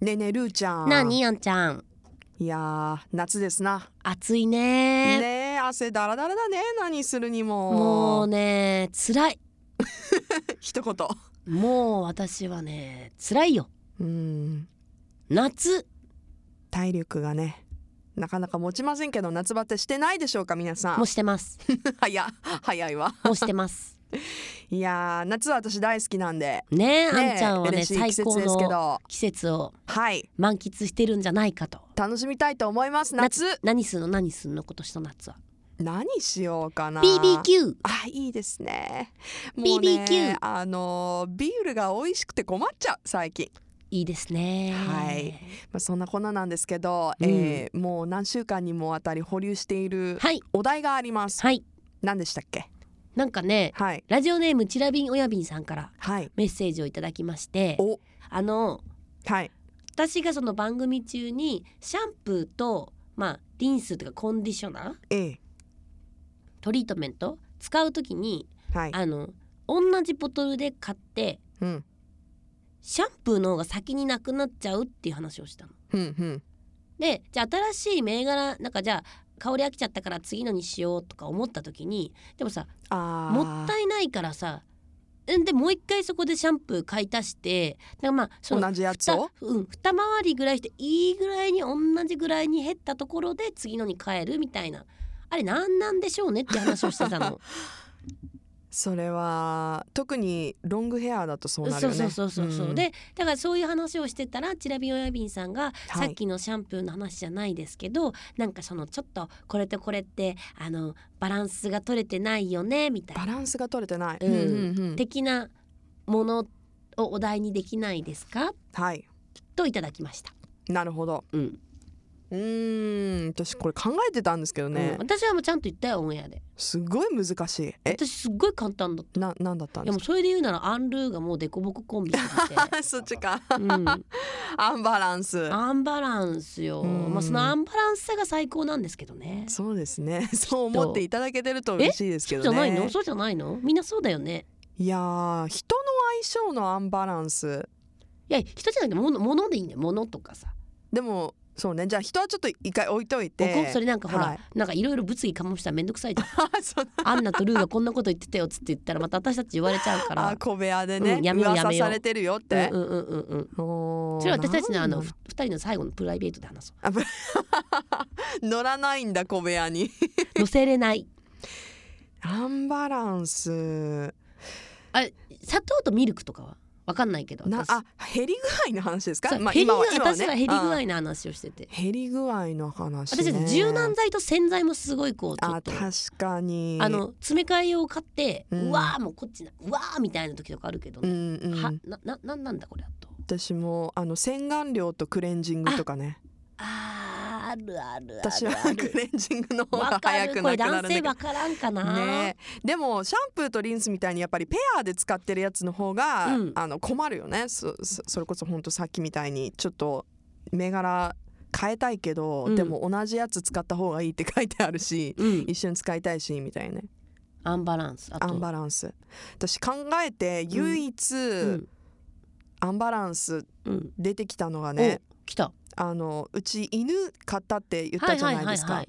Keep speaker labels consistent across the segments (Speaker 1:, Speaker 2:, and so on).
Speaker 1: ねえねえルーちゃん
Speaker 2: なあにあんちゃん
Speaker 1: いやー夏ですな
Speaker 2: 暑いね
Speaker 1: ねえ汗だらだらだね何するにも
Speaker 2: もうね辛い
Speaker 1: 一言
Speaker 2: もう私はね辛いよ
Speaker 1: うん
Speaker 2: 夏
Speaker 1: 体力がねなかなか持ちませんけど夏バテしてないでしょうか皆さ
Speaker 2: も
Speaker 1: ん
Speaker 2: うしてます
Speaker 1: 早い早いわ
Speaker 2: もうしてます
Speaker 1: いやー夏は私大好きなんで
Speaker 2: ねえ
Speaker 1: ねえ
Speaker 2: あんちゃんはね
Speaker 1: 嬉しい
Speaker 2: 最
Speaker 1: 季節
Speaker 2: 高
Speaker 1: ですけ
Speaker 2: の
Speaker 1: ど
Speaker 2: 季節を
Speaker 1: はい
Speaker 2: 満喫してるんじゃないかと
Speaker 1: 楽しみたいと思います夏
Speaker 2: 何すんの何すんの今年の夏は
Speaker 1: 何しようかな
Speaker 2: BBQ
Speaker 1: あいいですねもうね
Speaker 2: BBQ
Speaker 1: あのービールが美味しくて困っちゃう最近、
Speaker 2: いいですね
Speaker 1: はいまあ、そんなこんななんですけど、
Speaker 2: うん
Speaker 1: えーもう何週間にもわたり保留している
Speaker 2: はい
Speaker 1: お題があります、
Speaker 2: はい
Speaker 1: 何でしたっけ
Speaker 2: なんかね
Speaker 1: はい
Speaker 2: ラジオネームちらびん親びんさんから
Speaker 1: はい
Speaker 2: メッセージをいただきまして
Speaker 1: お
Speaker 2: あの
Speaker 1: はい
Speaker 2: 私がその番組中にシャンプーとまあリンスとかコンディショナー
Speaker 1: A
Speaker 2: トリートメント使うときに
Speaker 1: はい
Speaker 2: あの同じボトルで買って
Speaker 1: うん
Speaker 2: シャンプーの方が先になくなっちゃうっていう話をしたの。
Speaker 1: うんうん
Speaker 2: でじゃあ新しい銘柄なんかじゃあ香り飽きちゃったから次のにしようとか思った時にでもさ
Speaker 1: あー
Speaker 2: もったいないからさんでもう一回そこでシャンプー買い足してだからまあその
Speaker 1: 同じやつを
Speaker 2: ふたうん、二回りぐらいしていいぐらいに同じぐらいに減ったところで次のに変えるみたいなあれなんなんでしょうねって話 をしてたの
Speaker 1: それは特にロングヘアだとそうなるよね
Speaker 2: そうそうそうそう、
Speaker 1: ん
Speaker 2: でだからそういう話をしてたらチラビオヤビンさんが、
Speaker 1: はい
Speaker 2: さっきのシャンプーの話じゃないですけどなんかそのちょっとこれとこれってあのバランスが取れてないよねみたい
Speaker 1: バ
Speaker 2: な
Speaker 1: ランスが取れてない、
Speaker 2: うん
Speaker 1: うんうんうん
Speaker 2: 的なものをお題にできないですか
Speaker 1: はい
Speaker 2: といただきました。
Speaker 1: なるほど
Speaker 2: うん
Speaker 1: うーん私これ考えてたんですけどね
Speaker 2: うん、私はもうちゃんと言ったよオンエアです
Speaker 1: ごい難しいえ
Speaker 2: 私すっごい簡単だった
Speaker 1: ななんだったん
Speaker 2: い
Speaker 1: で
Speaker 2: や
Speaker 1: す
Speaker 2: もう
Speaker 1: か
Speaker 2: それで言うならアンルーがもうデコボココンビすぎ て、
Speaker 1: そっちか
Speaker 2: うん、
Speaker 1: アンバランス
Speaker 2: アンバランスよ、
Speaker 1: うん
Speaker 2: まあ、そのアンバランスさが最高なんですけどね
Speaker 1: そうですねそう思っていただけてると嬉しいですけ
Speaker 2: そう
Speaker 1: ど
Speaker 2: じ
Speaker 1: ね
Speaker 2: ゃないのそうじゃないのみんなそうだよね
Speaker 1: いやー人の相性のアンバランス
Speaker 2: いや人じゃなくてもの物でいいんだよ物とかさ
Speaker 1: でもそうねじゃあ人はちょっと一回置いとい
Speaker 2: 僕
Speaker 1: て
Speaker 2: それなんかほら、
Speaker 1: はい
Speaker 2: なんかいろいろ物議かもしたらめんどくさいじゃん
Speaker 1: そう
Speaker 2: アンナとルーがこんなこと言ってたよっつって言ったらまた私たち言われちゃうから
Speaker 1: あ小部屋でね、
Speaker 2: うんやめようや
Speaker 1: 噂
Speaker 2: めよ
Speaker 1: さ
Speaker 2: う
Speaker 1: れてるよっ
Speaker 2: うん
Speaker 1: て、
Speaker 2: うんうんうんうん
Speaker 1: おー
Speaker 2: それは私たちのあ
Speaker 1: なんだ
Speaker 2: のふ二人の最後のプライベートで話そう
Speaker 1: 乗らないんだ小部屋 に
Speaker 2: 乗せれない
Speaker 1: アンバランス
Speaker 2: 砂糖とミルクとかはわかんないけど
Speaker 1: な
Speaker 2: 私
Speaker 1: あ減り具合の話です
Speaker 2: そ
Speaker 1: か、
Speaker 2: う
Speaker 1: まあ、
Speaker 2: 減り具
Speaker 1: 今
Speaker 2: 合
Speaker 1: は今は
Speaker 2: 私
Speaker 1: ね
Speaker 2: は減り具
Speaker 1: うん
Speaker 2: 合の話をしてて
Speaker 1: 減り具合の話、ね、
Speaker 2: 私たち柔軟剤と洗剤もすごいこうちょ
Speaker 1: あ
Speaker 2: っと
Speaker 1: 確かに
Speaker 2: あの詰め替え用を買って、
Speaker 1: う
Speaker 2: うんわーもうこっちなうわーみたいな時とかあるけど
Speaker 1: う
Speaker 2: ね、
Speaker 1: んう
Speaker 2: は
Speaker 1: ん
Speaker 2: なななんなんだこれあと
Speaker 1: 私もあの洗顔料とクレンジングとかね
Speaker 2: あーあるあるあ
Speaker 1: 私
Speaker 2: る
Speaker 1: は
Speaker 2: あ
Speaker 1: ク
Speaker 2: る
Speaker 1: レンジングの方
Speaker 2: わ
Speaker 1: が
Speaker 2: か
Speaker 1: 早
Speaker 2: る
Speaker 1: く
Speaker 2: こ
Speaker 1: な
Speaker 2: れ
Speaker 1: くなるん
Speaker 2: 男
Speaker 1: だ
Speaker 2: 性
Speaker 1: けど
Speaker 2: わからんかな、
Speaker 1: ねえでもシャンプーとリンスみたいにやっぱりペアで使ってるやつの方が、
Speaker 2: うん
Speaker 1: あの困るよねそそそれこそ本当さっきみたいにちょっと銘柄変えたいけど、
Speaker 2: うん
Speaker 1: でも同じやつ使った方がいいって書いてあるし
Speaker 2: うん
Speaker 1: 一緒に使いたいしみたいなね
Speaker 2: アンバランスあと
Speaker 1: アンバランス私考えて唯一、
Speaker 2: うん
Speaker 1: アンバランス
Speaker 2: うん
Speaker 1: 出てきたのがね
Speaker 2: お来た
Speaker 1: あのうち犬飼ったって言ったじゃないですか、
Speaker 2: はい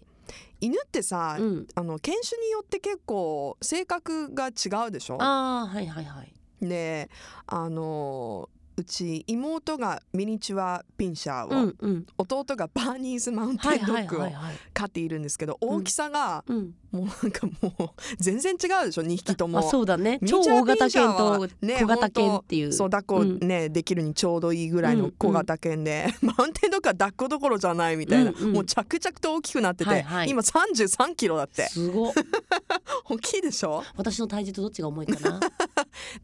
Speaker 1: 犬ってさ、
Speaker 2: はいはいはい、うん
Speaker 1: あの犬種によって結構性格が違うでしょ
Speaker 2: あーはいはいはい
Speaker 1: であのうち妹がミニチュアピンシャーを、
Speaker 2: うんうん
Speaker 1: 弟がバーニーズマウン
Speaker 2: は
Speaker 1: テ
Speaker 2: い
Speaker 1: ンド
Speaker 2: はい
Speaker 1: ッグ
Speaker 2: は
Speaker 1: を
Speaker 2: いはい
Speaker 1: 飼っているんですけど、
Speaker 2: ん
Speaker 1: 大きさが
Speaker 2: うん
Speaker 1: もうなんかもう全然違うでしょ2匹とも。
Speaker 2: あそうだね
Speaker 1: ミニ
Speaker 2: 超
Speaker 1: チュア
Speaker 2: 大型犬と
Speaker 1: ピンシャーはね
Speaker 2: 小型犬っていう,、
Speaker 1: そう抱っこ
Speaker 2: うん
Speaker 1: ね、できるにちょうどいいぐらいの小型犬で、 マウンテンドッグは抱っこどころじゃないみたいな、
Speaker 2: うんうん
Speaker 1: もう着々と大きくなってて、
Speaker 2: はいはい
Speaker 1: 今33キロだって
Speaker 2: すごっ
Speaker 1: 大きいでしょ
Speaker 2: 私の体重とどっちが重いか な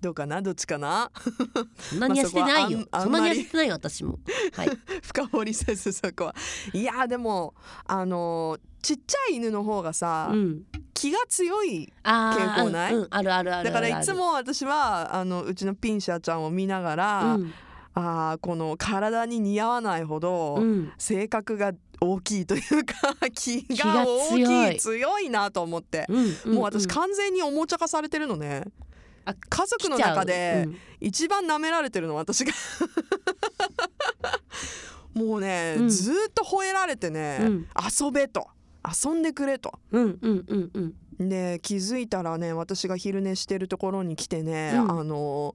Speaker 1: どうかなどっちかな
Speaker 2: そんなに痩せてないよ、
Speaker 1: まあそこはあん
Speaker 2: そんなに
Speaker 1: あんま
Speaker 2: 痩
Speaker 1: り
Speaker 2: せてないよ私もはい
Speaker 1: 深掘りせずそこはいやーでもあのーちっちゃい犬の方がさ、
Speaker 2: うん
Speaker 1: 気が強い
Speaker 2: あー
Speaker 1: 傾向ない
Speaker 2: うん、あるある
Speaker 1: だ
Speaker 2: あるある
Speaker 1: からいつも私はあのうちのピンシャーちゃんを見ながら、
Speaker 2: うん
Speaker 1: あーこの体に似合わないほど、
Speaker 2: うん、
Speaker 1: 性格が大きいというか 気
Speaker 2: 気
Speaker 1: が
Speaker 2: が
Speaker 1: 大
Speaker 2: 強
Speaker 1: きい
Speaker 2: い
Speaker 1: 強いなと思って、
Speaker 2: うんん
Speaker 1: もう私完全におもちゃ化されてるのね
Speaker 2: あ
Speaker 1: 家族の中で
Speaker 2: 来ちゃう
Speaker 1: 一番舐められてるの私が もうね、
Speaker 2: うん
Speaker 1: ずーっと吠えられてね、
Speaker 2: うん
Speaker 1: 遊べと遊んでくれと
Speaker 2: うんうんうんうん
Speaker 1: で気づいたらね私が昼寝してるところに来てね、
Speaker 2: うん
Speaker 1: あの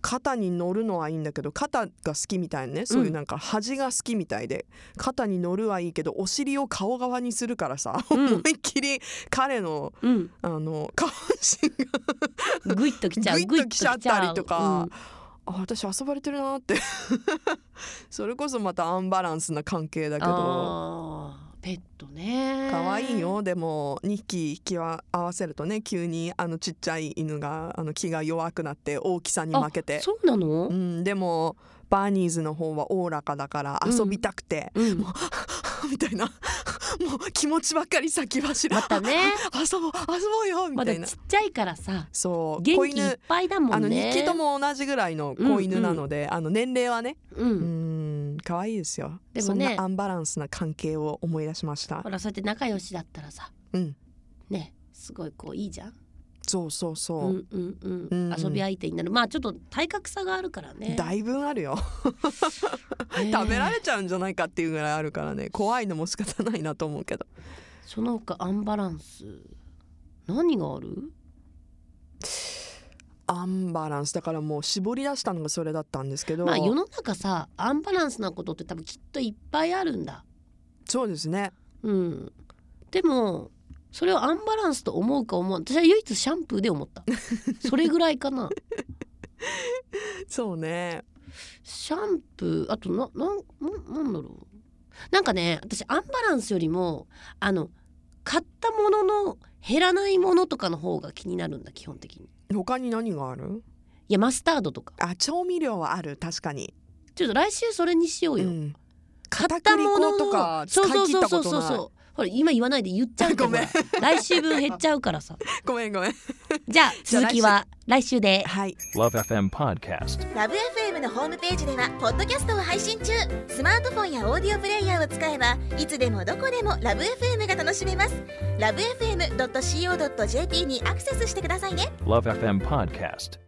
Speaker 1: 肩に乗るのはいいんだけど肩が好きみたいねそういうなんか端が好きみたいで肩に乗るはいいけどお尻を顔側にするからさ、
Speaker 2: うん
Speaker 1: 思いっきり彼の
Speaker 2: うん
Speaker 1: あの下半身が
Speaker 2: グイッときち ゃう
Speaker 1: グイッときちゃったりとか
Speaker 2: グイッときち
Speaker 1: あ私遊ばれてるなって それこそまたアンバランスな関係だけ
Speaker 2: ゃううん
Speaker 1: ど
Speaker 2: あーペットね
Speaker 1: 可愛いよでも2匹引き合わせるとね急にあのちっちゃい犬があの気が弱くなって大きさに負けて、
Speaker 2: そうなの
Speaker 1: うん、でもバーニーズの方はおおらかだから
Speaker 2: うん
Speaker 1: 遊びたくて、
Speaker 2: うん
Speaker 1: もうみたいなも う気持ちばっかり先走る、
Speaker 2: ま たね
Speaker 1: 遊ぼう遊ぼうよみ
Speaker 2: ま
Speaker 1: た
Speaker 2: だ
Speaker 1: いな、
Speaker 2: ちっちゃいからさ
Speaker 1: そう子
Speaker 2: 元気いっ
Speaker 1: 犬
Speaker 2: ぱいだも
Speaker 1: あの
Speaker 2: ん
Speaker 1: 2
Speaker 2: ね
Speaker 1: 匹とも同じぐらいの子犬なので、あの年齢はね
Speaker 2: う
Speaker 1: うんーん可愛いですよ
Speaker 2: でもね
Speaker 1: そんなアンバランスな関係を思い出しました
Speaker 2: ほらそうやって仲良しだったらさ
Speaker 1: うん
Speaker 2: ねすごいこういいじゃん
Speaker 1: そうそう
Speaker 2: う
Speaker 1: そう、
Speaker 2: んうんうん
Speaker 1: うん
Speaker 2: 遊び相手になるまあちょっと体格差があるからね
Speaker 1: だいぶんあるよ食べられちゃうんじゃないかっていうぐらいあるからね怖いのも仕方ないなと思うけど
Speaker 2: その他アンバランス何がある
Speaker 1: アンバランスだからもう絞り出したのがそれだったんですけど、
Speaker 2: まあ世の中さアンバランスなことって多分きっといっぱいあるんだ
Speaker 1: そうですね
Speaker 2: うんでもそれをアンバランスと思うか思う私は唯一シャンプーで 思ったそれぐらいかな
Speaker 1: そうね
Speaker 2: シャンプーあとななんななんだろうなんかね私アンバランスよりもあの買ったものの減らないものとかの方が気になるんだ基本的にい
Speaker 1: 他に何がある
Speaker 2: やマスタードとか
Speaker 1: あ調味料はある確かに
Speaker 2: ちょっと来週それにしよう
Speaker 1: う
Speaker 2: よ、
Speaker 1: ん
Speaker 2: 買ったもの
Speaker 1: 片栗粉とか
Speaker 2: の
Speaker 1: 使い切ったことない
Speaker 2: そうそうそうそうそうほら今言わないで言っちゃうと
Speaker 1: ごめん
Speaker 2: ほら来週分減っちゃうか らさ
Speaker 1: ごめんごめん
Speaker 2: じゃあ続きは来週で
Speaker 1: はい
Speaker 3: Love FM Podcast.
Speaker 4: ラブ f m のホームページではポッドキャストを配信中スマートフォンやオーディオプレイヤーを使えばいつでもどこでもラブ f m が楽しめますラブ FM.co.jp にアクセスしてくださいね
Speaker 3: Love FM Podcast.